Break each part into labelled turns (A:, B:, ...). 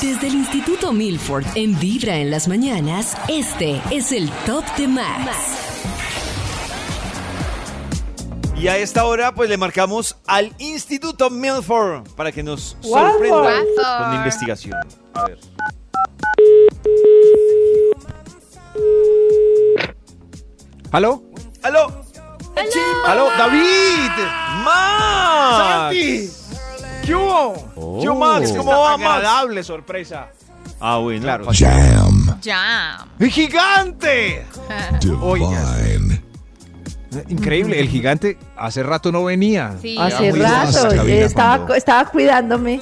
A: Desde el Instituto Milford, en Vibra en las mañanas, este es el Top de Max.
B: Y a esta hora, pues le marcamos al Instituto Milford para que nos sorprenda
C: Guau.
B: con la investigación. A ver.
D: ¿Aló?
B: ¡Aló!
D: ¡Aló, David!
B: ¡Max!
D: ¡Santi! ¿Qué hubo?
B: Yo, Max, ¿cómo va, Max?
D: Oh. Agradable sorpresa.
B: Ah, bueno, claro.
E: Jam.
C: Ya.
D: ¡Gigante!
E: Divine.
D: Increíble, el gigante hace rato no venía. Ah,
C: Sí.
F: Hace
D: muy
F: rato,
E: desastre,
F: eh,
E: Karina,
F: estaba,
E: cuando-
F: cu- estaba cuidándome.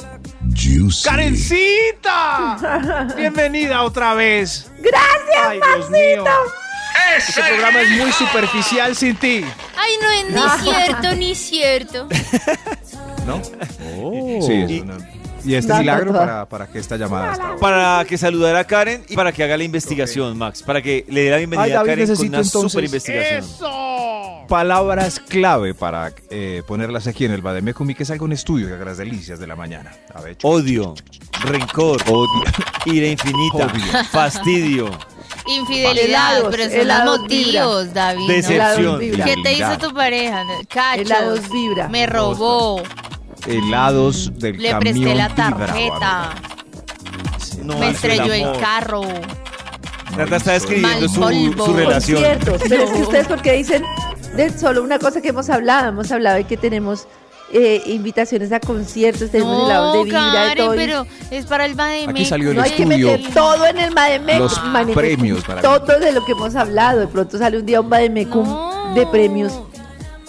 E: Juicy.
D: ¡Karencita! Bienvenida otra vez.
F: ¡Gracias,
D: Ay, Dios mío. Este programa es muy superficial sin ti.
C: Ay, no es ni cierto, ni cierto.
D: ¿No? Oh. Sí, es
B: Y-
D: una- Y este
F: Dando
D: milagro
F: toda.
D: para, para que esta llamada hasta ahora.
B: Para que saludara a Karen y para que haga la investigación, Max. Para que le dé la bienvenida
D: Ay,
B: a
D: David,
B: Karen con
D: necesito
B: una
D: entonces-
B: super investigación.
D: Palabras clave para eh, ponerlas aquí en el Bademecum y que salga un estudio de las delicias de la mañana. A ver, chu-
B: Odio, rencor, ira infinita,
D: Odio.
B: fastidio,
F: Helados,
C: Infidelidad, pero son los
F: helados
C: motivos, David. ¿no?
B: decepción.
F: Vibra.
C: ¿Qué te hizo
D: Helados.
C: tu pareja? Cachos.
F: Helados vibra.
C: Me robó.
D: helados del
C: Le
D: camión
C: presté la
D: Vibra,
C: tarjeta.
D: Bárbara. Sí,
B: No,
C: Me
B: hace el
C: estrelló el
B: amor.
C: carro.
B: Nata está
D: hizo
B: describiendo
C: Mal
B: su,
C: polvo. Pues
B: su relación.
F: Conciertos. Pero es que ustedes, porque dicen de solo una cosa que hemos hablado? Hemos hablado de que tenemos eh, invitaciones a conciertos, tenemos helados de
C: No,
F: vibra, de
C: Karen,
F: todo. y-
C: pero es para el Bademecum.
D: Aquí salió el
F: no hay que
D: estudio.
F: meter todo en el Mademecum.
D: Los
F: Imagínate
D: premios para-
F: Todo de lo que hemos hablado. De pronto sale un día un Mademecum
C: No.
F: de premios,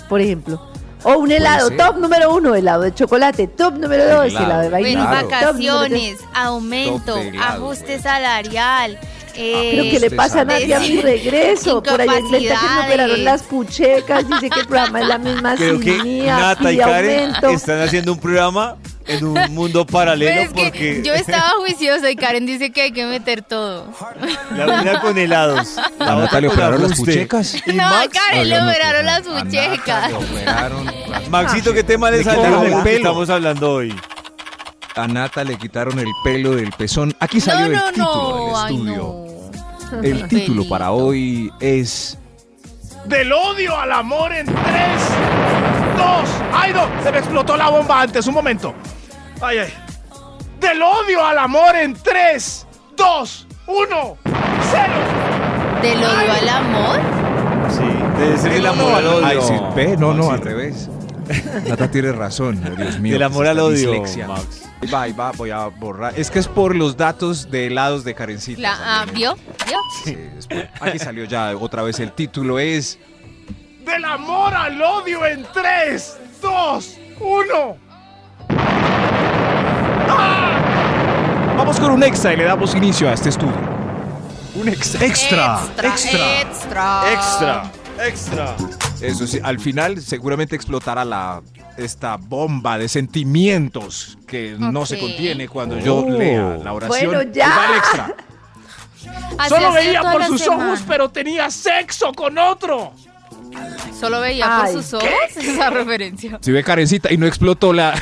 F: por ejemplo. O un helado,
D: ser.
F: top número uno, helado de chocolate, top número dos,
D: Helado.
F: helado, de
C: Bueno,
D: Claro.
F: vainilla.
D: Pues
F: top número tres.
C: vacaciones, aumento,
D: Top de helado,
C: ajuste
D: güey.
C: salarial. eh,
F: Ah, Pero que le
D: Usted
F: pasa a
D: sabe.
F: Nadia a mi
C: Sí.
F: regreso. Por allá inventa que me operaron
C: Incapacidades.
F: las cuchecas. Dice que el programa es la misma
B: Creo que
F: sintonía,
B: Nata y
F: pide
B: Karen
F: aumento.
B: están haciendo un programa en un mundo
C: pero
B: paralelo
C: Pues
D: Pues
C: es que
B: porque
C: yo estaba juiciosa y Karen dice que hay que meter todo.
B: la una con helados.
D: ¿A Nata le
B: con
D: operaron las
B: ajuste.
D: cuchecas?
B: Y
C: No,
B: Max,
C: Karen le
D: Habían
C: operaron las
D: operado. A Nata le
C: buchecas.
D: operaron las-
B: Maxito, ¿qué tema le
D: Le
B: salió
D: quitaron
B: del
D: el
B: que
D: pelo.
B: estamos hablando hoy?
D: A Nata le quitaron el pelo del pezón. Aquí
C: No,
D: salió
C: no,
D: el título
C: no.
D: del
C: Ay,
D: estudio.
C: no.
D: El título para
C: Pelito.
D: hoy es
G: Del odio al amor en 3, 2. ¡Ay, no! Se me explotó la bomba antes, un momento. ¡Ay, ay! Del odio al amor en 3, 2, 1, 0.
C: ¿Del odio al amor?
B: Sí, debe ser el amor al odio.
D: Ay, sí, ve, no, no, al
B: Maxito.
D: revés. Nata tiene razón, Dios mío.
B: Del
D: que
B: amor
D: esta
B: al odio,
D: dislexia.
B: Max.
D: Ahí Va, ahí va, voy a borrar. Es que es por los datos de helados de Karencita.
C: La, ah, ¿Vio? ¿Vio?
D: Sí, es por- aquí salió ya otra vez el título es
G: Del amor al odio en 3, 2, 1.
D: Vamos con un extra y le damos inicio a este estudio. Un extra.
C: Extra. Extra.
B: Extra, extra.
D: Eso sí, al final seguramente explotará la esta bomba de sentimientos que no se
C: Ok.
D: contiene cuando yo lea la oración.
F: Bueno, ya.
D: Y va el extra.
C: Así ha
G: Solo
C: sido
G: veía
C: toda
G: por
C: la
G: sus
C: semana.
G: ojos, pero tenía sexo con otro.
C: Solo veía por
F: Ay,
C: sus ojos esa referencia.
D: Si ve Karencita y no explotó la.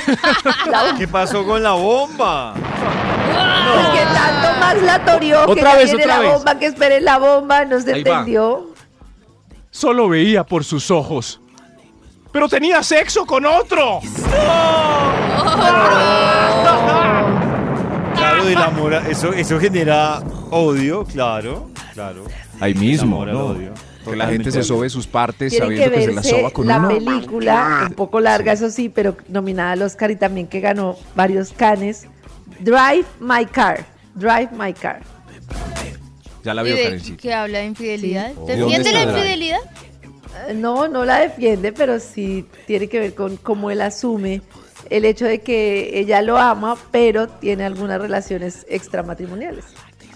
B: ¿Qué pasó con la bomba?
F: Es que tanto más la torió que
D: Otra
F: ya
D: vez,
F: viene
D: otra
F: la
D: vez.
F: bomba, que espere la bomba. No se
D: Ahí va.
F: entendió.
G: Solo veía por sus ojos, pero tenía sexo con otro.
B: Claro, del amor, a- eso, eso genera odio, claro, claro.
D: Ahí
B: mismo,
D: mismo,
B: ¿no?
D: Que la gente se sobe sus partes
F: Tiene
D: sabiendo
F: que
D: que, se la
F: verse
D: soba con
F: la
D: uno. Ah,
F: película, un poco larga, eso sí, pero nominada al Oscar y también que ganó varios canes. Drive My Car. Drive My Car.
D: Ya la
C: Oh, ¿Y
D: vio
C: de
D: Karencita.
C: qué habla de infidelidad?
D: Sí.
C: ¿Defiende
D: ¿Dónde
C: la
D: está?
C: infidelidad?
F: Eh, No, no la defiende, pero sí tiene que ver con cómo él asume el hecho de que ella lo ama, pero tiene algunas relaciones extramatrimoniales.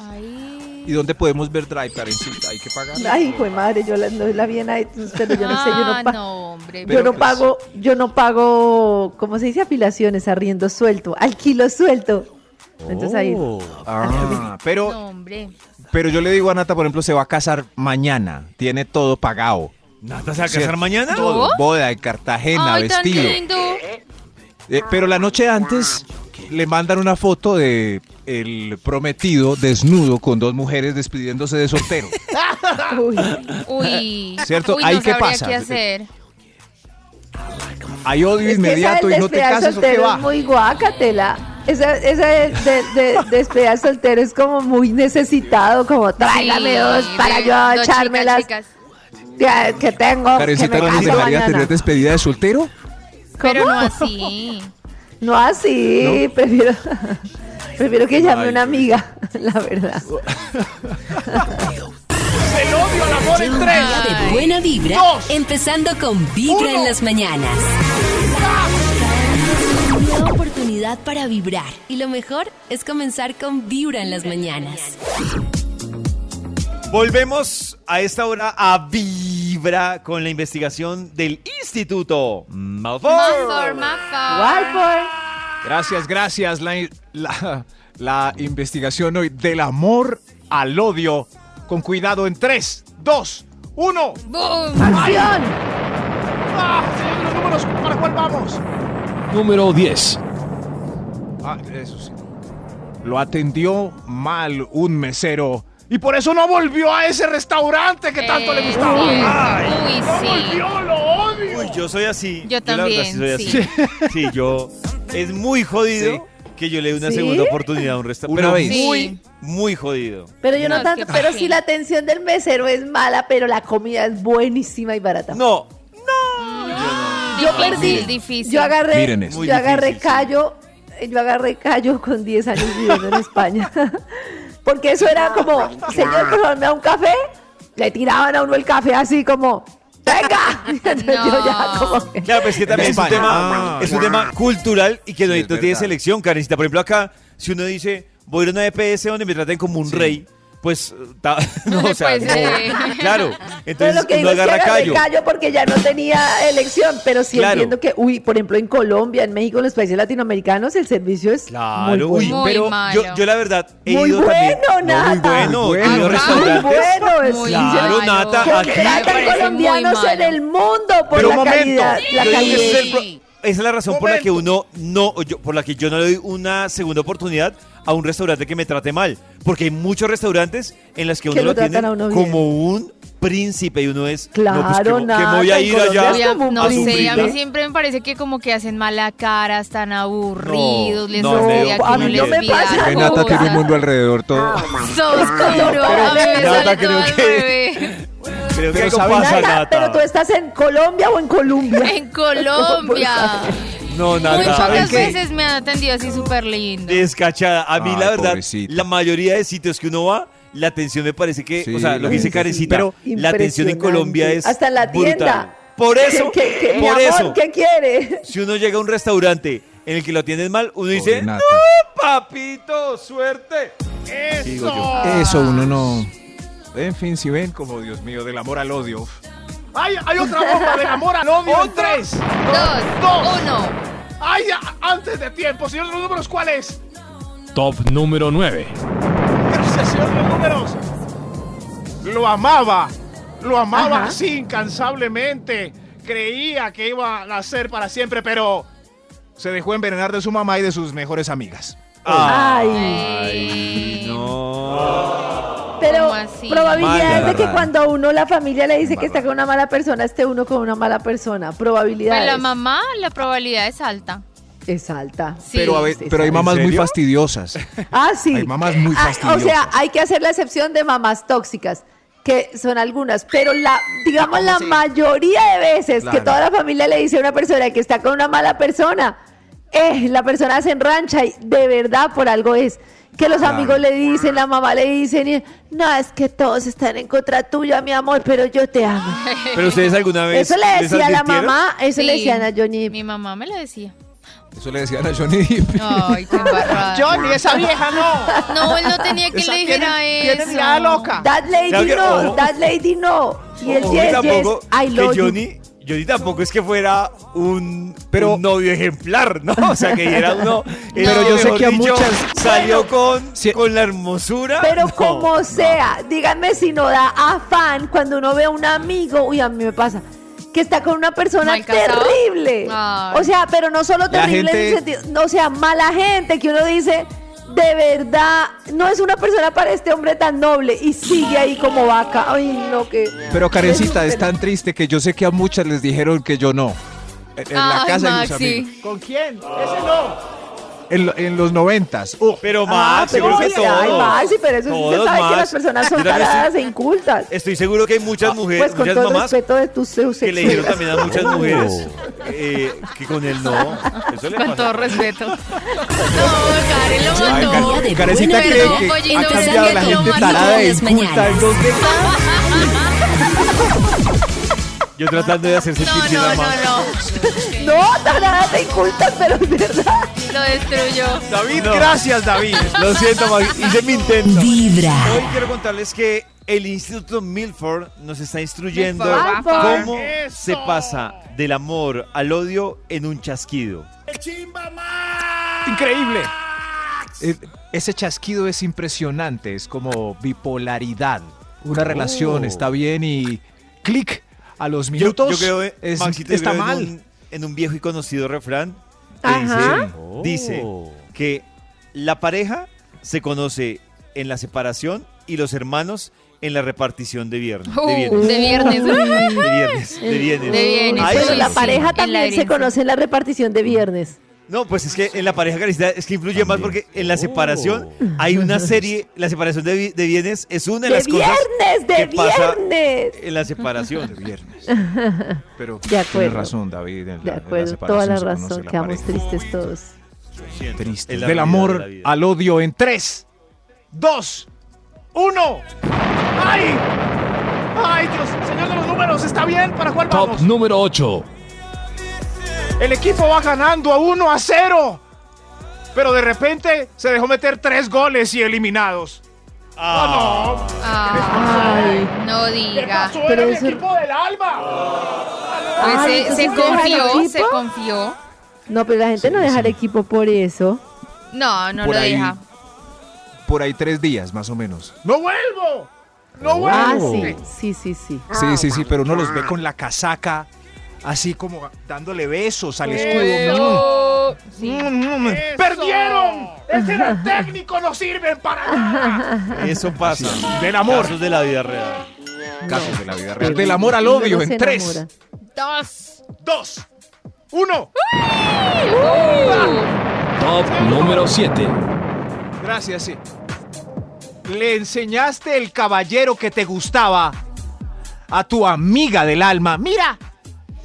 C: Ay.
D: ¿Y dónde podemos ver Drive, Karencita? Hay que pagar.
F: Ay, hijo de madre, yo la, no la vi en iTunes, pero yo no sé, yo no,
C: Ah,
F: pa-
C: no, hombre.
F: yo
D: Pero
F: no
D: pues-
F: pago, yo no pago, ¿cómo se dice? Apilaciones, arriendo suelto, alquilo suelto. Entonces ahí,
D: Oh. Ah, pero,
C: No, hombre.
D: pero yo le digo a Nata, por ejemplo, se va a casar mañana. Tiene todo pagado.
B: ¿Nata se va a
D: Sí.
B: casar
F: ¿Ah,
B: mañana?
D: Todo. Boda en Cartagena,
C: Ay, tan
D: vestido.
C: lindo.
D: Eh, pero la noche antes le mandan una foto de el prometido desnudo con dos mujeres despidiéndose de soltero.
F: uy,
C: Uy.
D: ¿Cierto?
C: Uy, no
D: Ahí, ¿qué
C: sabría
D: pasa?
C: qué hacer.
D: Hay odio
F: es que esa
D: inmediato
F: del
D: y no te
F: despedida de
D: casas o qué
F: soltero
D: va.
F: es muy guácatela. Esa, esa de, de, de- despedida de soltero es como muy necesitado, como tráigame
C: Sí,
F: dos para
C: de-
F: yo
C: dos
F: echármelas
C: chicas, chicas.
F: que, que tengo. que
D: Karencita,
F: me
D: ¿no les
F: caso
D: dejaría
F: mañana.
D: tener despedida de soltero?
C: Pero
F: ¿Cómo?
C: no así.
F: No así, prefiero, prefiero que llame una amiga, la verdad.
G: Del odio al amor
A: Lleva
G: en
A: un
G: tres.
A: día de buena vibra,
G: dos,
A: empezando con Vibra en las mañanas. Una oportunidad para vibrar y lo mejor es comenzar con Vibra en las mañanas.
B: Volvemos a esta hora a Vibra con la investigación del Instituto Malfoy.
C: Mafor, mafor.
F: Walford,
D: Gracias, gracias. La, la- la investigación hoy del amor al odio. Con cuidado en tres, dos, uno.
C: Boom.
F: acción.
G: ¡Ah! Señor de los números, ¿para cuál vamos?
H: Número 10.
D: Ah, eso sí. Lo atendió mal un mesero.
G: Y por eso no volvió a ese restaurante que tanto le
C: Eh,
G: gustaba.
C: sí.
G: Ay,
C: Uy,
G: no
C: sí.
G: volvió, lo odio.
B: Uy, yo soy así.
C: Yo
B: la verdad
C: también,
B: sí soy así. Sí, yo. Es muy jodido que yo le dé una
F: ¿Sí?
B: segunda oportunidad a un restaurante.
D: Una
B: Pero
D: vez.
B: muy,
C: Sí.
B: muy jodido.
F: Pero yo
C: No,
F: no,
C: es
F: tanto,
C: que
F: pero
C: pa'
F: sí
C: qué.
F: la atención del mesero es mala, pero la comida es buenísima y barata.
B: No.
F: yo
C: Difícil,
F: perdí.
C: Difícil.
F: Yo agarré,
D: Miren esto.
B: Muy
F: yo agarré
B: difícil, sí.
F: callo, yo agarré callo con 10 años viviendo en España. Porque eso
C: Ah.
F: era como, señor, por favor, me da un café. Le tiraban a uno el café así como, venga. Entonces yo ya
C: No.
F: como que-
B: Claro, pero es que también es un,
D: España.
B: tema,
D: Ah,
B: es un tema cultural y que no,
D: Sí, es
B: no tiene
D: verdad.
B: selección, Karencita. Por ejemplo, acá, si uno dice, voy a ir a una EPS donde me traten como un rey, pues, ta- no, o sea,
C: Pues,
B: no.
C: eh.
B: claro.
F: Pero
B: Entonces,
F: lo que digo
B: uno
F: es que
B: agarra
F: agarré
B: callo.
F: callo porque ya no tenía elección, pero sí
B: Claro.
F: entiendo que, uy, por ejemplo, en Colombia, en México, en los países latinoamericanos, el servicio es muy
B: Claro, uy,
F: bueno.
C: Muy
B: pero
C: malo.
B: yo, yo la verdad he
F: Muy
B: ido
F: bueno,
B: también. muy
F: Nata.
B: bueno,
D: Muy
B: he ido a
D: bueno.
F: Muy
B: restaurantes.
F: bueno, es-
C: Muy
B: Claro,
C: malo.
B: Nata,
C: Me
B: aquí-
C: parece
F: Contratan
C: muy
F: colombianos en
C: malo.
F: el mundo por
B: Pero
F: la
B: un momento,
F: calidad. La
B: yo creo que ese
F: calidad.
B: es el pro- esa es la razón por la que uno no, o yo- por la que yo no le doy una segunda oportunidad a un restaurante que me trate mal, porque hay muchos restaurantes en los que uno
F: Que
B: lo
F: lo tratan
B: tiene
F: a uno bien.
B: como un príncipe y uno es no, pues, que,
F: Claro,
B: mo- que
F: Nata,
B: me voy a
F: en
B: ir
F: Colombia
B: allá
F: es como un
C: no
B: a
C: sé,
B: sufrir.
C: a mí siempre me parece que como que hacen mala cara, están aburridos,
B: No,
C: les
B: no,
C: odia,
B: no,
C: que
B: a
C: no Ah,
B: mí
C: les
B: no me
C: pida
F: pasa.
D: Que Nata
C: cosas.
D: tiene un mundo alrededor todo.
C: So oscuro, a mí me
F: Nata,
C: sale
B: creo
C: todo al
B: que-
C: revés.
B: Creo que
D: Pero
B: algo
D: ¿sabes?
B: pasa,
F: Nata,
B: Nata.
F: pero tú estás en Colombia o en Colombia.
C: En Colombia.
B: No,
C: Muy
B: Nata.
C: pocas
B: ¿saben qué?
C: veces me han atendido así súper lindo.
B: Descachada. A mí,
D: Ay,
B: la verdad,
D: pobrecita.
B: la mayoría de sitios que uno va, la atención me parece que,
D: Sí,
B: o sea, lo que
D: la
B: dice
D: atención.
B: Karencita,
D: Pero
B: la atención en
F: impresionante.
B: Colombia es.
F: Hasta en la
B: brutal.
F: tienda.
B: Por eso,
F: ¿Qué, qué- mi
B: por
F: amor,
B: eso,
F: ¿Qué quiere?
B: si uno llega a un restaurante en el que lo atienden mal, uno dice:
D: Pobre Nata.
B: ¡No, papito, suerte!
G: Eso.
D: Eso uno no. En fin, si ven, como Dios mío, del amor al odio.
G: Ay, hay otra bomba del amor al odio en tres.
C: Dos,
G: Dos.
C: uno.
G: Ay, a- antes de tiempo, señor de los números, ¿cuál es?
H: Top número 9.
G: Gracias, señor de los números. Lo amaba, lo amaba
F: Ajá.
G: así incansablemente. Creía que iba a nacer para siempre, pero se dejó envenenar de su mamá y de sus mejores amigas.
B: Ah.
F: Ay,
C: Ay,
B: No.
F: pero
C: ¿cómo así?
F: probabilidades
D: Mala,
F: de que
D: rara.
F: cuando a uno la familia le dice que está
D: Embarrada.
F: con una mala persona, esté uno con una mala persona.
C: Pues
F: Probabilidades
C: la mamá, la probabilidad es alta.
F: es alta.
C: Sí.
D: Pero, a ve- pero hay
B: ¿En
D: mamás muy
B: serio?
D: fastidiosas.
F: Ah, sí.
D: Hay mamás muy
F: Ah, O
D: fastidiosas.
F: sea, hay que hacer la excepción de mamás tóxicas, que son algunas, pero la, digamos, la mayoría de veces
D: Claro.
F: que toda la familia le dice a una persona que está con una mala persona, eh, la persona se enrancha y de verdad por algo es. Que los
D: Claro.
F: amigos le dicen, la mamá le dicen, y, no, es que todos están en contra tuya, mi amor, pero yo te amo.
B: Pero ustedes alguna vez.
F: Eso le
B: les
F: decía la
B: advirtieron?
F: mamá, eso le
C: Sí,
F: decían a Johnny.
C: Mi mamá me lo decía.
D: Eso le decían a Johnny Depp.
C: Ay, qué embarrada.
G: Johnny, esa vieja no.
C: No, él no tenía que
G: Esa
C: le
G: tiene-
C: dijera
G: Tiene
C: eso.
G: mirada loca.
F: That lady
B: Claro que-
F: no,
B: ojo.
F: that lady no. Y el
B: Ojo,
F: yes,
B: tampoco
F: yes, I love
B: que
F: you.
B: Johnny, Johnny tampoco es que fuera un,
D: Pero-
B: un novio ejemplar, ¿no? O sea, que era uno... el
C: Pero
B: que,
D: yo sé que a
B: mejor dicho,
D: muchas-
B: Salió con,
D: Sí.
B: con la hermosura.
F: Pero
B: No.
F: como sea, díganme si no da afán cuando uno ve a un amigo, uy, a mí me pasa, que está con una persona
C: ¿Mal casado?
F: terrible.
C: Ay.
F: O sea, pero no solo terrible en
D: gente-
F: el sentido, o sea, mala gente, que uno dice, de verdad, no es una persona para este hombre tan noble y sigue ahí como vaca. Ay, no, que...
D: Pero Karencita,
F: Resulta-
D: es tan triste que yo sé que a muchas les dijeron que yo no. En, en la
C: Ay,
D: casa de mis
C: Maxi.
D: amigos.
G: ¿Con quién? Ese no.
D: En, lo- en los noventas. Uh,
B: Pero
F: Ah,
B: Max,
F: pero
B: yo
F: eso
B: creo
F: sí,
B: que todos.
F: ay, Maxi, pero eso sí se
B: Todos,
F: sabe que
B: Max.
F: las personas son
B: Yo también estoy-
F: taradas e incultas.
B: Estoy seguro que hay muchas mujeres,
F: Pues con
B: muchas
F: todo el
B: mamás
F: respeto de tus seus
B: que le dijeron también a muchas
D: Oh.
B: mujeres eh, que con él no. Eso le
C: Con
B: pasa.
C: todo respeto. No, Karen lo
D: Ay,
C: mató.
A: Karen,
D: Karen, Karencita
C: Bueno,
D: cree
C: perdón,
D: que
C: pollito,
D: ha
C: pensé
D: cambiado
C: que
D: la
C: te lo
D: gente
C: mandó
D: tarada e
A: todas las
D: inculta en
A: mañanas.
D: dos meses.
B: Yo tratando de hacer sentir
C: No,
B: bien
C: no,
B: a
C: no,
B: Max.
C: no.
F: No, taradas e incultas, pero es verdad.
C: Lo destruyó.
B: David,
G: Gracias, David.
B: Lo siento, Max. Hice mi intento.
A: Vibra.
B: Hoy quiero contarles que el Instituto Milford nos está instruyendo
C: Milford.
B: cómo
G: Eso.
B: se pasa del amor al odio en un chasquido.
G: Increíble.
D: Eh, Ese chasquido es impresionante, es como bipolaridad. Una relación está bien y clic a los
B: Yo,
D: minutos
B: yo creo, eh,
D: es-
B: Maxito, yo
D: está
B: creo
D: mal.
B: En un, en un viejo y conocido refrán que
F: Ajá.
B: dice, dice que la pareja se conoce en la separación y los hermanos en la repartición de viernes. De
C: Uh,
B: viernes.
C: de viernes.
B: De viernes. De viernes.
C: De bienes.
B: Ahí
F: Pero
B: sí,
F: la
B: sí.
F: pareja
C: En la
F: también se
C: herencia.
F: conoce en la repartición de viernes.
B: No, pues es que en la pareja Karencita es que influye más porque en la separación hay una serie, la separación de, vi- de bienes es una de,
F: ¡De
B: las cosas
F: viernes! ¡De
B: que pasa
F: viernes!
B: en la separación.
D: viernes. Pero
F: De
D: tienes
F: acuerdo.
D: razón, David. en la- en
F: De
D: la
F: acuerdo,
D: separación
F: toda la
D: se conoce
F: razón.
D: la
F: Quedamos
D: pareja.
F: tristes todos.
D: Triste.
B: En la realidad
D: Del
B: de
D: amor
B: la vida.
D: al odio en tres,
G: Dos. Uno. ¡Ay! ¡Ay, Dios! Señor de los números, ¿está bien? ¿Para cuál
H: Top
G: vamos?
H: número 8.
G: El equipo va ganando a 1 a 0. Pero de repente se dejó meter tres goles y eliminados. ¡Ah,
C: Ay, no
G: no! ¿Qué
C: diga.
G: pasó?
F: Pero
G: Era el
F: eso-
G: equipo del alma.
C: Pues
F: Ay,
C: se, se
F: entonces deja al
C: confió,
F: equipo.
C: se confió.
F: No, pero la gente no deja el equipo por eso.
C: No, no
D: Por
C: lo
D: ahí.
C: deja.
D: por ahí tres días más o menos.
G: ¡No vuelvo! ¡No vuelvo!
F: Ah, sí, sí, sí, sí.
D: Sí, sí, sí, pero uno los ve con la casaca, así como dándole besos al escudo.
C: Eso. Sí.
D: Mm, mm, mm.
G: ¡Perdieron! ¡Ese era el técnico! ¡No sirven para nada!
B: Eso pasa.
G: Del amor.
B: Casos de la vida real.
D: Casos de la vida real.
F: Pero
D: Del amor al
F: uno
D: odio
F: no
D: en
F: se
D: tres.
F: enamora.
C: Dos.
G: ¡Dos! ¡Uno!
H: Top número 7.
D: Gracias, sí. Le enseñaste el caballero que te gustaba a tu amiga del alma.
G: ¡Mira!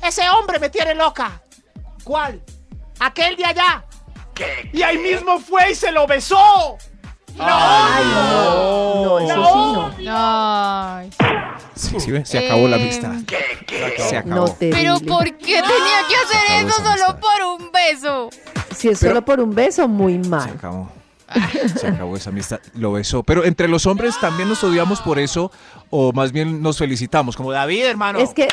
G: ¡Ese hombre me tiene loca! ¿Cuál? ¡Aquel de allá! Y ahí mismo fue y se lo besó.
F: Ay, no. No, eso sí
C: Ay.
D: Sí, sí, ven, se acabó la
C: Em,
D: amistad. Se
F: no. No
D: acabó.
F: te.
C: Pero ¿por qué tenía que hacer eso solo por un beso?
F: Si es solo por un beso, muy
D: Se
F: mal.
D: acabó. Se acabó esa amistad. Lo besó. Pero entre los hombres también nos odiamos por eso, o más bien nos felicitamos. Como David, hermano.
F: Es que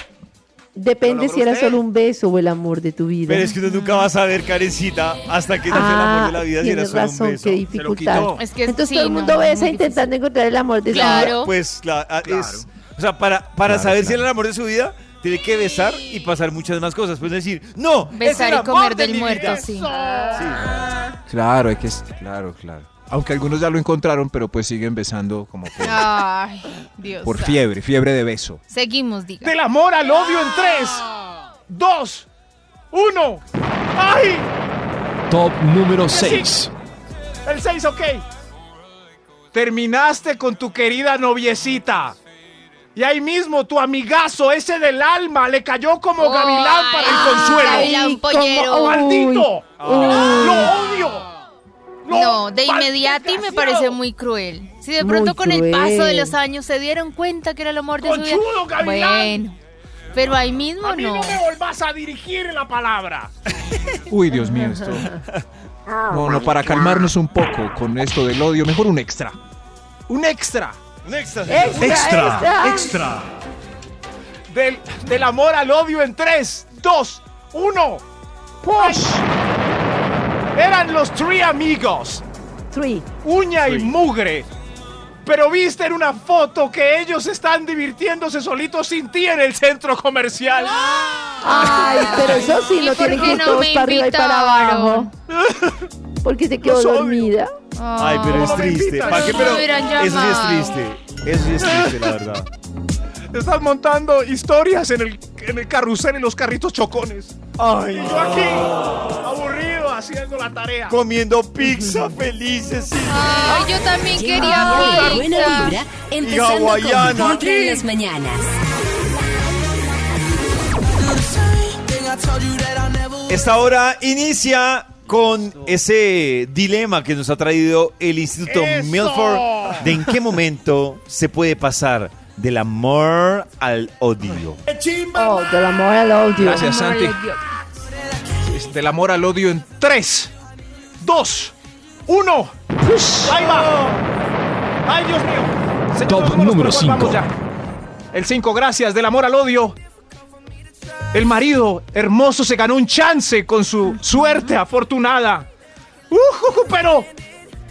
F: depende
D: ¿Lo logró
F: si era
D: usted?
F: solo un beso o el amor de tu vida.
B: Pero es que uno nunca va a saber, carecita, hasta que no sea el amor de la vida si era
F: Ah, tienes
B: solo un
F: razón,
B: beso.
F: qué
D: lo
F: dificultad.
D: quitó.
C: Es que
F: Entonces
C: sí,
F: todo el
C: no,
F: mundo
C: no,
F: besa
C: muy
F: intentando encontrar el amor de su vida.
C: Claro.
B: Pues la, a-
D: Claro.
B: es- o sea, para, para
D: Claro,
B: saber si
D: claro.
B: era el amor de su vida, tiene que besar y pasar muchas más cosas. Pues decir, no,
C: Besar
B: es el
C: y comer
B: amor de
C: del
B: mi
C: muerto,
B: vida.
C: sí.
D: Claro, hay que. Claro, claro. Aunque algunos ya lo encontraron, pero pues siguen besando como por,
C: Ah, Ay, Dios.
D: por
C: santo.
D: fiebre, fiebre de beso.
C: Seguimos, diga.
G: Del amor al odio en tres, dos, uno. ¡Ay!
H: Top número 6.
G: El seis, ok. Terminaste con tu querida noviecita. Y ahí mismo tu amigazo, ese del alma, le cayó como
C: Oh,
G: gavilán
C: ay,
G: para el
C: ay,
G: consuelo. Oh,
C: gavilán
F: Ay,
C: pollero.
F: cómo-
G: ¡Maldito! ¡Lo odio! ¡Lo-
C: No, de inmediato y me
G: desgraciado!
C: parece muy cruel. Si de
F: Muy
C: pronto con el paso de
F: cruel.
C: los años se dieron cuenta que era el amor de su vida.
G: Conchudo, gavilán.
C: Bueno, pero ahí mismo
G: A mí no
C: no.
G: me volvás a dirigir la palabra.
D: Uy, Dios mío, esto. No, no, para calmarnos un poco con esto del odio, mejor un extra. Un extra
B: Un extra.
F: Extra, extra.
G: Del, del amor al odio en 3, 2, 1. ¡Push! Eran los Three Amigos,
F: Three.
G: uña y mugre. Pero viste en una foto que ellos están divirtiéndose solitos sin ti en el centro comercial.
F: Ay, pero eso sí,
C: ¿Y
F: no
C: por
F: tienen
C: qué
F: que ir
C: no
F: todos
C: me
F: para arriba y para abajo. Porque se quedó
G: Los odio.
F: dormida.
B: Ay, pero este- es
G: ¿Cómo me
B: triste.
G: invitas?
B: ¿Para qué?
C: No
B: Pero
C: me hubieran
B: eso sí
C: llamado.
B: es triste. Eso sí es triste, la verdad.
G: Te están montando historias en el, en el carrusel y los carritos chocones.
B: Ay,
G: Y yo aquí, aburrido, haciendo la tarea.
B: comiendo pizza felices. sí.
C: Ay, yo también
A: Llega
C: quería
A: hoy buena
C: pizza.
A: vibra, empezando
B: hawaiana.
A: con Vibra en las mañanas.
B: Esta hora inicia con ese dilema que nos ha traído el Instituto
G: ¡Eso!
B: Milford de en qué momento se puede pasar del amor al odio.
F: Oh, del amor al odio.
D: Gracias, Santi. Es Pues, Del amor al odio en
G: 3, 2, 1. Ahí va. Ay, Dios mío. Señor,
H: Top
G: vámonos,
H: número
G: por favor, vamos
H: cinco.
G: ya. El 5, gracias, del amor al odio. El marido hermoso se ganó un chance con su suerte afortunada. Ujujú, pero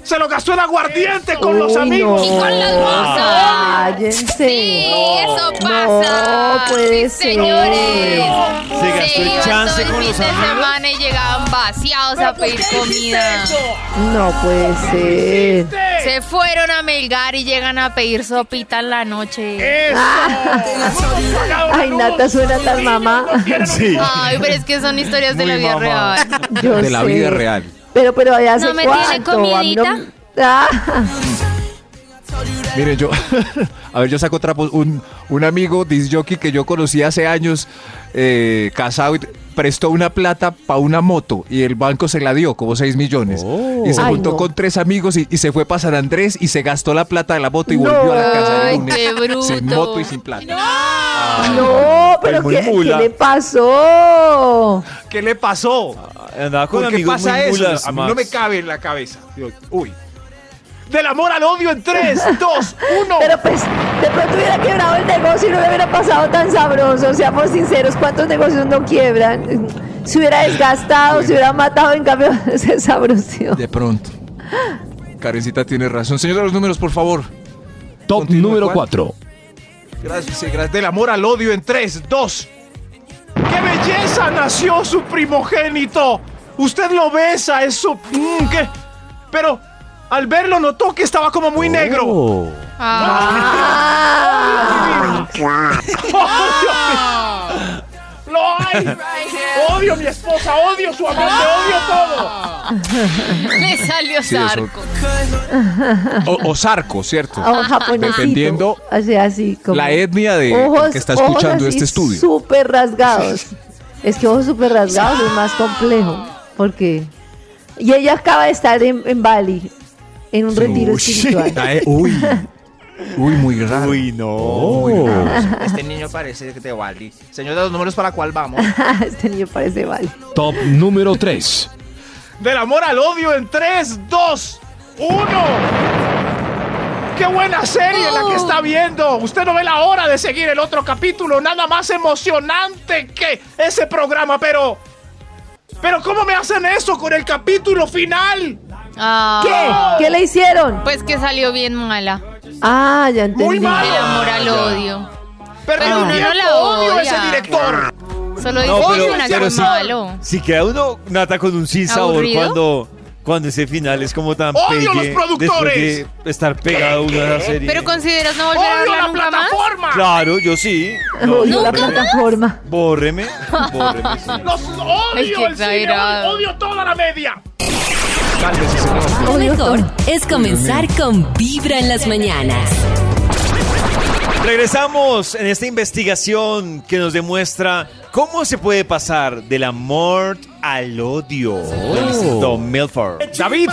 G: se lo gastó en aguardiente con los
F: Uy,
G: amigos.
C: Y con las bolsas.
F: Cállense.
C: Sí, eso
F: No
C: pasa.
F: puede
C: Sí,
F: ser.
C: señores.
B: Se gastó el
C: iban
B: chance
C: todo
B: con
C: el
B: los
C: fin de
B: amigos.
C: semana y llegaban vaciados a pedir comida.
F: No puede ser.
C: Se fueron a Melgar y llegan a pedir sopita en la noche.
G: Eso.
F: Ah. Ay, Nata suena tan mamá.
B: Sí.
C: Ay, pero es que son historias de
D: Muy
C: la vida
D: mamá.
C: real.
F: Yo
D: de la
F: sé.
D: vida real.
F: Pero, pero allá hace
C: ¿No me tiene
F: cuánto. A mí no-
C: comidita?
F: Ah,
D: Miren, yo, a ver, yo saco trapos. Un, un amigo disjockey que yo conocí hace años, eh, casado, y t- prestó una plata para una moto y el banco se la dio, como 6 millones. Y se
F: Ay,
D: juntó
F: no.
D: con tres amigos y, y se fue para San Andrés y se gastó la plata de la moto y
F: No.
D: volvió a la casa.
C: Ay,
D: el lunes
C: qué
D: sin
C: bruto.
D: moto y sin plata.
F: no, pero
B: muy
F: ¿qué, qué
B: mula.
F: le pasó?
G: ¿Qué le pasó?
B: Andaba con
G: ¿Por qué
B: amigos
G: pasa
B: muy
G: eso?
B: mulas,
G: a mí
B: Max.
G: no me cabe en la cabeza. Digo, Uy. Del amor al odio en 3, 2, 1.
F: Pero pues, de pronto hubiera quebrado el negocio y no le hubiera pasado tan sabroso. Seamos sinceros, ¿cuántos negocios no quiebran? Se hubiera desgastado, se hubiera matado, en cambio, se sabroció.
D: De pronto. Karencita tiene razón. Señor de los números, por favor.
H: Top
D: Continúa,
H: número
D: Juan.
H: 4.
D: Gracias, sí, gracias.
G: Del amor al odio en 3, 2. ¡Qué belleza nació su primogénito! Usted lo besa, eso. mm, ¿qué? Pero al verlo notó que estaba como muy negro.
B: Oh.
C: Ah,
G: ¡Oh, Dios mío! ¡Lo hay! ¡Odio a mi esposa! ¡Odio a su amante! ¡Odio todo!
C: le salió
D: Sí, eso.
C: sarco.
D: O, o Sarco, ¿cierto?
F: A un japonesito.
D: Dependiendo
F: o sea, así como-
D: La etnia de el
F: ojos-
D: que está
F: ojos
D: escuchando
F: así
D: este estudio.
F: Súper rasgados. es que ojos súper rasgados es más complejo. Porque. Y ella acaba de estar en, en Bali, en un retiro
D: Uy.
F: espiritual.
D: Ah, eh, Uy. Uy, muy raro.
B: Uy, no.
D: Muy raro.
G: Este niño parece que te Wally. Señor de los números, ¿para cuál vamos?
F: este niño parece Bali.
H: Top número 3.
G: Del amor al odio en 3, 2, 1. ¡Qué buena serie la que
C: Oh.
G: está viendo! Usted no ve la hora de seguir el otro capítulo. Nada más emocionante que ese programa, pero. Pero ¿cómo me hacen eso con el capítulo final?
C: Ah,
F: ¿Qué? ¿Qué le hicieron?
C: Pues que salió bien mala.
F: Ah, ya entendí.
G: Muy mal.
C: El amor al odio.
G: Perdí
C: Pero
G: un
C: uno no
G: tiempo,
C: la
G: odio a ese
C: odia.
G: director.
C: Solo
B: No,
C: dijo
B: pero-
C: una
B: pero
C: que
B: sí.
C: malo.
B: Si queda uno nata con un sin sabor
C: ¿Aburrido?
B: cuando, cuando ese final es como tan
G: ¡Odio a los
B: pegue
G: productores!
B: después de estar pegado a una serie.
C: Pero consideras no volver a
G: ¡Odio
C: hablar
G: la
C: nunca más.
G: plataforma!
B: Claro, yo sí. No,
F: Odio la
B: bórreme.
F: plataforma.
B: Bórreme. Bórreme, sí.
G: ¡Los
C: Ay, qué
G: odio! el cine,
C: exagerado.
G: ¡Odio toda la media!
D: Cálmese, señor.
A: Lo mejor es comenzar con Vibra en las mañanas.
B: Regresamos en esta investigación que nos demuestra cómo se puede pasar del amor al odio.
D: Oh.
B: Don Milford.
D: David,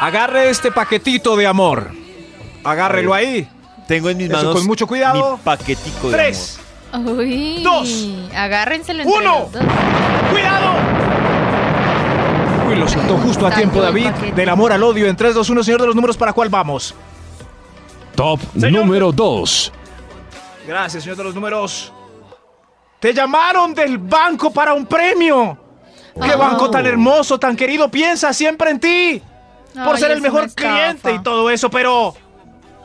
D: agarre este paquetito de amor. Agárrelo ahí.
B: Tengo en mis
D: Eso,
B: manos
D: con mucho cuidado.
B: mi paquetico de
G: 3,
C: Uy,
G: Dos.
C: Agárrenselo entre
G: Uno.
C: los dos.
G: ¡Cuidado!
D: Uy, lo soltó justo a
C: Sacó
D: tiempo
C: el
D: David.
C: paquete.
D: Del amor al odio en 3, 2, 1, señor de los números, ¿para cuál vamos?
H: Top
G: Señor.
H: número 2.
G: Gracias, señor de los números. Te llamaron del banco para un premio. Qué
C: Oh.
G: banco tan hermoso, tan querido. Piensa siempre en ti. Por
C: Ay,
G: ser
C: es
G: el mejor
C: una estafa.
G: cliente y todo eso, pero...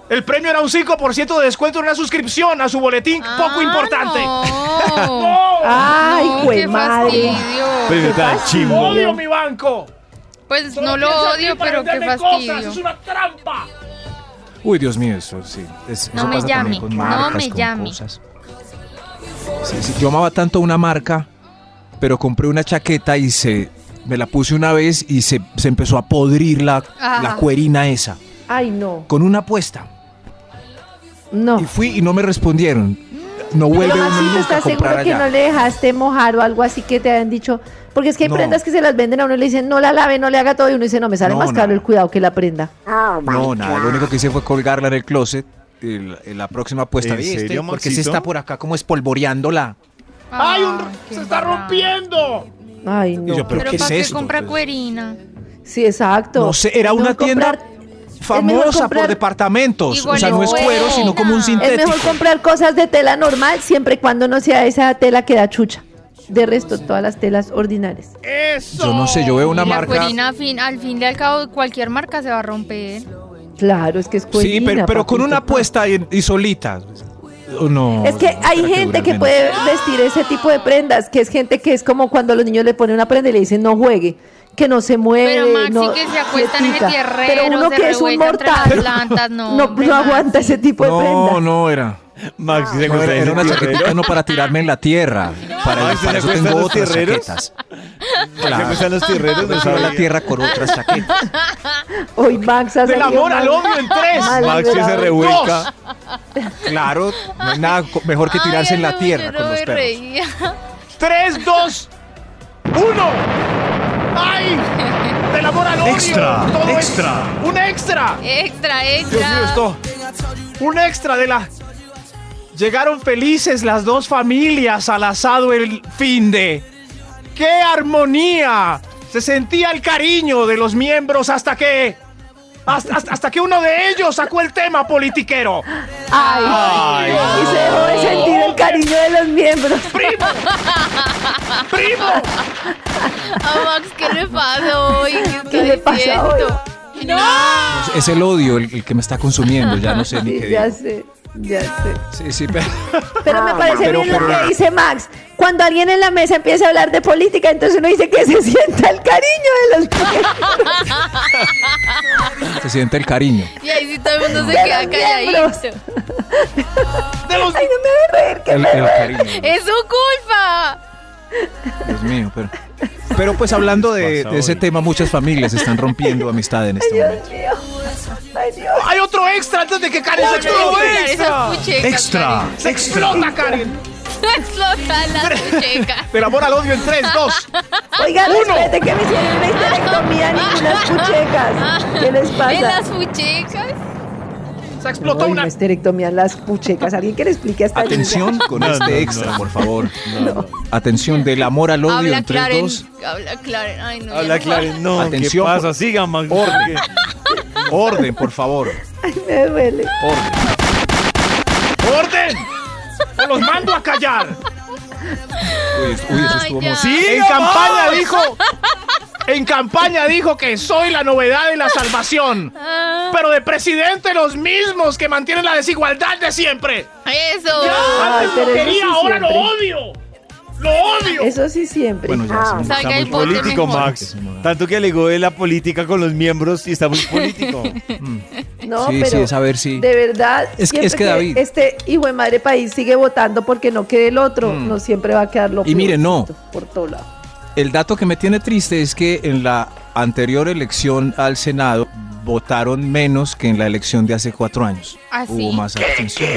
G: El premio era un 5% de descuento en una suscripción a su boletín
C: Ah,
G: poco importante. Oh.
C: No.
G: ¡No!
F: Ay,
C: No,
F: jue
C: qué
F: madre.
C: fastidio.
B: Pero
D: Pues,
F: Qué
B: tan
F: fácil.
B: chimbo.
G: ¡Odio mi banco!
C: Pues
G: Solo
C: no lo
G: piensa en mí
C: odio,
G: para
C: pero qué
G: venderme cosas,
C: fastidio.
G: ¡Es una trampa!
D: Uy, Dios mío, eso sí. es-
C: No
D: eso
C: me
D: pasa también
C: llame,
D: con
C: no
D: marcas,
C: me
D: con
C: llame.
D: cosas. Sí, sí, yo amaba tanto una marca, pero compré una chaqueta y se me la puse una vez y se, se empezó a podrir la,
C: Ah.
D: la cuerina esa.
F: Ay, no.
D: Con una apuesta.
F: No.
D: Y fui y no me respondieron. No
F: Pero
D: vuelve uno
F: Maxito,
D: nunca a
F: ¿estás
D: comprar
F: seguro que no
D: allá.
F: le dejaste mojar o algo así que te hayan dicho? Porque es que hay
D: No.
F: prendas que se las venden a uno y le dicen, no la lave, no le haga todo. Y uno dice, no, me sale
D: No,
F: más
D: no.
F: caro el cuidado que la prenda.
D: No, nada, lo único que hice fue colgarla en el closet. el- en la próxima apuesta.
B: ¿En
D: ¿Y
B: serio,
D: porque se
B: Maxito?
D: está por acá como espolvoreándola.
G: ¡Ay, un-
C: Ah, qué
G: se está
C: embarrada.
G: rompiendo!
F: Ay, no.
D: Y yo,
C: Pero
D: ¿Qué es
C: ¿para qué
D: esto?
C: compra
D: Pues-
C: cuerina?
F: Sí, exacto.
D: No sé, era
F: Es
D: una
F: mejor
D: tienda
F: comprar- es mejor
D: famosa por
F: comprar-
D: departamentos. O
C: Igual
D: sea, no es
C: es
D: cuero,
C: buena.
D: sino como un
C: Es
F: Es
D: sintético.
F: mejor comprar cosas de tela normal siempre y cuando no sea esa tela que da chucha. De resto, todas las telas ordinarias.
G: ¡Eso!
D: Yo no sé, yo veo una
C: Y la
D: marca.
C: cuerina, al fin- al fin y al cabo, cualquier marca se va a romper.
F: Claro, es que es
D: Sí,
F: cuerina,
D: pero, pero con
F: papito,
D: una apuesta y, y solita. O Oh, No.
F: Es que hay gente que puede vestir ese tipo de prendas, que es gente que es como cuando los niños le ponen una prenda y le dicen no juegue, que no se mueve.
C: Pero Maxi,
F: no-
C: que se acuestan en el
F: quietica".
C: tierrero,
F: Pero uno
C: se
F: que es un
C: revuelca entre las
F: mortal.
C: plantas, no,
F: no, no
C: hombre,
F: aguanta
C: Maxi.
F: ese tipo de
D: No,
F: prendas.
D: no era.
B: Max, ¿sí se
D: No,
B: gusta
D: era, era
B: ese
D: una
B: tierrero?
D: chaquetita no para tirarme en la tierra. Para,
B: Ay, Ah, ¿sí
D: para
B: le
D: eso
B: gustan
D: tengo
B: los
D: otras
B: tierreros?
D: chaquetas.
B: ¿Sí
D: Claro.
B: gustan los tierreros? No
D: Me tiro a la
B: sabía.
D: tierra con otras chaquetas.
F: Hoy Max ha
G: Del
F: salido
G: amor al
F: mal.
G: odio en tres.
F: Mal
B: Maxi se
F: liberado.
B: revuelca.
D: Claro, no hay nada co- mejor que
C: Ay,
D: tirarse en la
C: no,
D: tierra
C: yo
D: con los
C: no me
D: perros.
C: reía.
G: ¡Tres, dos, uno! ¡Ay! Del amor al odio.
D: Extra,
G: Todo
D: extra.
G: es un extra.
C: Extra,
G: Dios mío,
C: extra.
G: esto. Un extra de la. Llegaron felices las dos familias al asado el fin de. ¡Qué armonía! Se sentía el cariño de los miembros hasta que. Hasta, hasta- hasta que uno de ellos sacó el tema politiquero.
F: Ay,
B: Ay,
F: y se dejó de sentir el cariño de los miembros.
G: ¡Primo! ¡Primo!
C: A Max, ¿qué le pasa hoy? ¿Qué,
F: ¿Qué le
C: está
F: pasa
C: diciendo? No.
D: Es el odio el, el que me está consumiendo, ya no sé ni qué
F: Sí,
D: digo.
F: ya sé, ya sé.
D: Sí, sí, pero...
F: Pero me parece
D: Pero
F: bien lo
D: por-
F: que dice Max. Cuando alguien en la mesa empieza a hablar de política, entonces uno dice que se sienta el cariño de los
D: Se siente el cariño.
C: Y ahí sí todo el mundo se
F: De
C: queda
F: los miembros.
C: calladito.
G: De los-
F: Ay, no me voy a reír, que
D: El,
F: me
D: el
F: voy a-
D: cariño,
C: ¡Es su culpa!
D: Dios mío. Pero, pero pues hablando de, de ese tema, muchas familias están rompiendo amistad en este momento.
F: Dios mío. Ay, Dios.
G: ¡Hay otro extra antes de que Karen
C: Hay
G: saque
C: que
G: otro
C: quitar
G: extra!
C: esas puchecas, Karen.
G: ¡Se explota, Karen!
C: Explota las puchecas.
G: Del amor al odio en 3, 2.
F: Oiga,
G: Uno.
F: respete que me hicieron una histerectomía ni unas puchecas. ¿Qué les
C: ¿Ves
F: pasa?
C: las puchecas?
G: Se explotó
F: Uy,
G: una.
F: no, histerectomía, las puchecas. Alguien que le explique hasta
D: Atención con
B: No, no,
D: este extra,
B: no.
D: por favor. Atención, del amor al odio
C: Habla
D: en 3,
C: Claren.
D: 2.
C: Habla Claren. Ay, no. ya
B: Habla
C: no
B: claro. No,
D: Atención,
B: ¿qué
D: por-
B: pasa? Siga, Max.
D: Orden. Orden, por favor.
F: Me duele.
D: Orden.
G: ¡Orden! ¡O los mando a callar!
D: Uy, es- uy, eso
C: Ay,
D: estuvo
C: ya.
D: muy...
G: en campaña dijo. En campaña dijo que soy la novedad y la salvación.
C: Ah.
G: Pero de presidente los mismos que mantienen la desigualdad de siempre.
C: Eso.
F: Ay,
G: Antes lo
F: pero eso sí
G: quería, Ah, ahora lo
F: siempre.
G: odio. Lo odio.
F: Eso sí siempre. Ah,
D: Bueno, ya. sí,
C: Salga
D: está
C: el
D: muy
C: bote
D: político.
B: Político,
C: mejor.
B: Max. Tanto que alegó de la política con los miembros y está muy político.
F: No,
D: Sí,
F: pero
D: sí, es a ver si-
F: De verdad,
D: Es que-
F: siempre
D: es que David-
F: este hijo de madre país sigue votando porque no quede el otro, no siempre va a quedar lo
D: Mm. Y mire, no.
F: peorcito Por todo lado.
D: El dato que me tiene triste es que en la anterior elección al Senado votaron menos que en la elección de hace cuatro años.
C: ¿Ah, sí?
D: Hubo más abstención.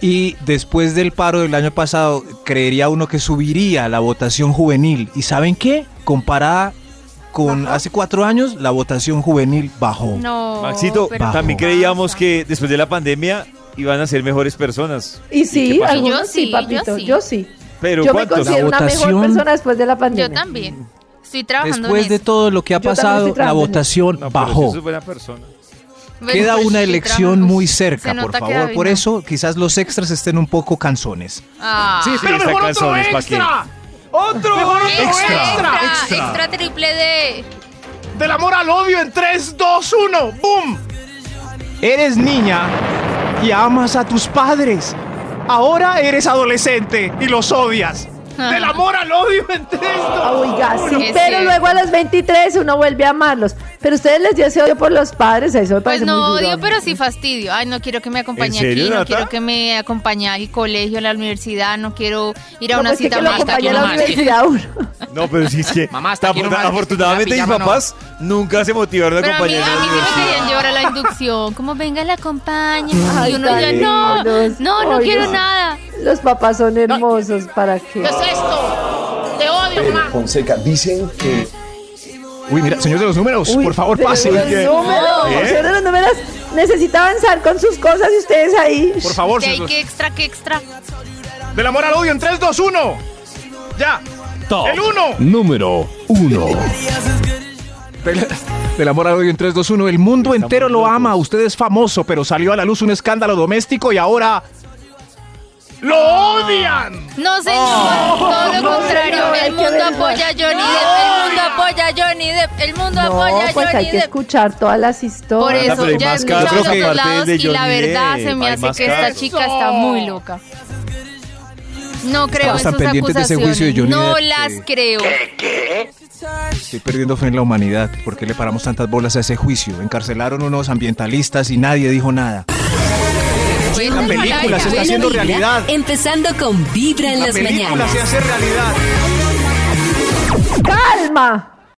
D: Y después del paro del año pasado, creería uno que subiría la votación juvenil. ¿Y saben qué? Comparada con hace cuatro años, la votación juvenil bajó.
C: No.
B: Maxito,
C: pero
D: Bajo.
C: ¿qué
B: también creíamos
C: pasa?
B: que después de la pandemia y van a ser mejores personas.
F: Y sí,
B: pasó?
F: algunos
C: Yo sí,
F: sí, papito, yo
C: yo
F: sí.
C: sí.
F: Yo,
B: Pero
F: me
B: ¿cuántos?
F: considero una mejor
D: votación-
F: persona después de la pandemia.
C: Yo también. Estoy trabajando
D: Después
C: en
D: de
C: eso.
D: todo lo que ha
F: Yo también estoy
D: pasado, la
F: trabajando en eso.
D: votación
B: No, pero si
D: bajó.
B: eso es buena persona.
C: Bueno,
D: Queda
C: pues,
D: una
C: estoy
D: elección
C: trabajando.
D: muy
C: Se
D: cerca, por
C: nota que
D: favor.
C: David
D: Por
C: no.
D: eso quizás los extras estén un poco canzones.
C: Ah.
B: Sí, sí,
G: Pero
B: está
G: mejor otro
B: canzones, ¿pa' qué?
G: extra. Otro mejor otro
C: Extra,
G: extra.
C: extra, extra triple de.
G: Del amor al odio en 3, 2, 1. ¡Boom! Eres niña y amas a tus padres. Ahora eres adolescente y los odias.
C: Ah.
G: Del amor al odio en 3, 2,
F: Oiga, sí,
C: Es
F: pero
C: cierto.
F: luego a los 23 uno vuelve a amarlos. Pero ustedes les dio ese odio por los padres, eso me
C: Pues
F: parece
C: no
F: muy duro,
C: odio,
F: ¿no?
C: pero sí fastidio. Ay, no quiero que me acompañe
B: ¿En serio,
C: aquí, no
B: Nata?
C: quiero que me acompañe al colegio, a la universidad, no quiero ir a
F: No,
C: una
F: pues, que-
C: cita
F: que lo
C: médica
F: acompañe a
C: con
F: la
C: Mari.
F: universidad uno.
B: No, pero sí es que
I: Mamá, hasta aquí
B: afortuna-
I: nomás,
B: afortunadamente
I: la
B: mis
I: pijama no.
B: papás nunca se motivaron a
C: Pero a mí,
B: acompañar
C: a
B: a
C: mí sí me
B: la
C: querían llevar a la inducción, como venga la acompañe.
F: Ay,
C: Y uno ya,
F: tan
C: no,
F: lindos.
C: no, no
F: Ay,
C: quiero
F: no.
C: nada.
F: Los papás son hermosos, ¿para qué?
I: esto? Te odio, mamá.
E: Fonseca, dicen que
D: Uy, mira, señor de los números,
F: Uy,
D: por favor,
F: pero
D: pase.
F: los números,
B: ¿Eh?
F: señor de los números, necesita avanzar con sus cosas y ustedes ahí.
G: Por favor,
C: Que
G: señor.
C: hay que extra, que extra.
G: Del amor al odio en 3, 2, 1. Ya.
H: Top
G: El 1.
H: número 1.
D: Del, del amor al odio en 3, 2, 1. El mundo entero lo ama. Usted es famoso, pero salió a la luz un escándalo doméstico y ahora.
G: ¡Lo odian!
C: No, señor, todo lo
F: no,
C: contrario.
F: señor, hay
C: el
F: que
C: mundo
F: ver más.
C: apoya a Johnny Depp, el mundo apoya a Johnny Depp, el mundo apoya a
F: No, pues
C: Johnny
F: hay que
C: Depp.
F: escuchar todas las
C: Por
F: historias.
C: eso,
B: Ah, pero hay
C: ya he
B: más casos.
C: escuchado
B: Creo que
C: otros
B: parte
C: lados
B: de
C: y la
B: Johnny
C: verdad
B: Depp,
C: se me
B: hay
C: hace
B: más
C: que esta
B: casos.
C: chica está muy loca. No creo en
D: Estamos tan
C: sus
D: pendientes de ese
C: acusaciones.
D: juicio de Johnny
C: no
D: Depp,
C: las
D: sí.
C: creo.
D: Estoy perdiendo fe en la humanidad. ¿Por qué le paramos tantas bolas a ese juicio? Encarcelaron unos ambientalistas y nadie dijo nada.
C: Esta
D: película se está haciendo
A: Vibra,
D: realidad.
A: Empezando con Vibra en las mañanas.
D: hace realidad.
F: ¡Calma!